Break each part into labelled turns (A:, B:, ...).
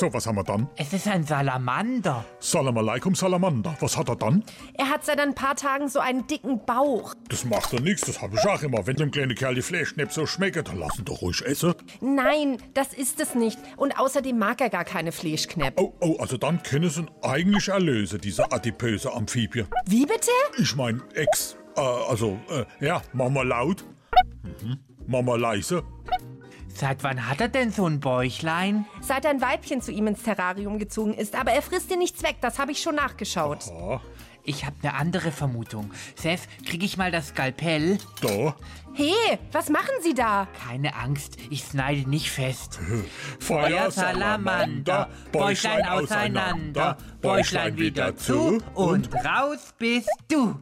A: So, was haben wir dann?
B: Es ist ein Salamander.
A: Salam alaikum Salamander. Was hat er dann?
C: Er hat seit ein paar Tagen so einen dicken Bauch.
A: Das macht doch nichts, das habe ich auch immer. Wenn dem kleinen Kerl die Fleisch nicht so schmeckt, dann lassen doch ruhig essen.
C: Nein, das ist es nicht. Und außerdem mag er gar keine Fleischknepp.
A: Oh, oh, also dann können sie ihn eigentlich erlösen, diese adipöse Amphibie.
C: Wie bitte?
A: Ich mein, Ex, äh, also, äh, ja, Mama laut. Mhm. Mama leise.
B: Seit wann hat er denn so ein Bäuchlein?
C: Seit ein Weibchen zu ihm ins Terrarium gezogen ist, aber er frisst dir nichts weg, das habe ich schon nachgeschaut.
B: Ich habe eine andere Vermutung. Seth, kriege ich mal das Skalpell?
A: Da,
C: Hey, was machen Sie da?
B: Keine Angst, ich schneide nicht fest.
A: Feuer, Salamander, Bäuchlein auseinander, Bäuchlein wieder zu und
B: raus bist du.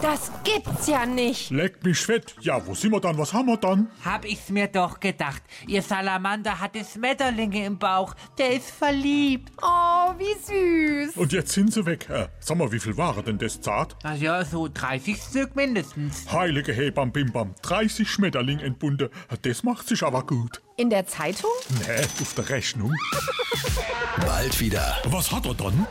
C: Das gibt's ja nicht.
A: leck mich fett. Ja, wo sind wir dann? Was haben wir dann?
B: Hab ich's mir doch gedacht. Ihr Salamander hatte Schmetterlinge im Bauch. Der ist verliebt.
C: Oh, wie süß.
A: Und jetzt sind sie weg. Äh, sag mal, wie viel waren denn das zart?
B: Na ja, so 30 Stück mindestens.
A: Heilige Hebam Bim Bam, 30 Schmetterling entbunden. Das macht sich aber gut.
C: In der Zeitung?
A: Nee, auf der Rechnung.
D: Bald wieder.
A: Was hat er dann?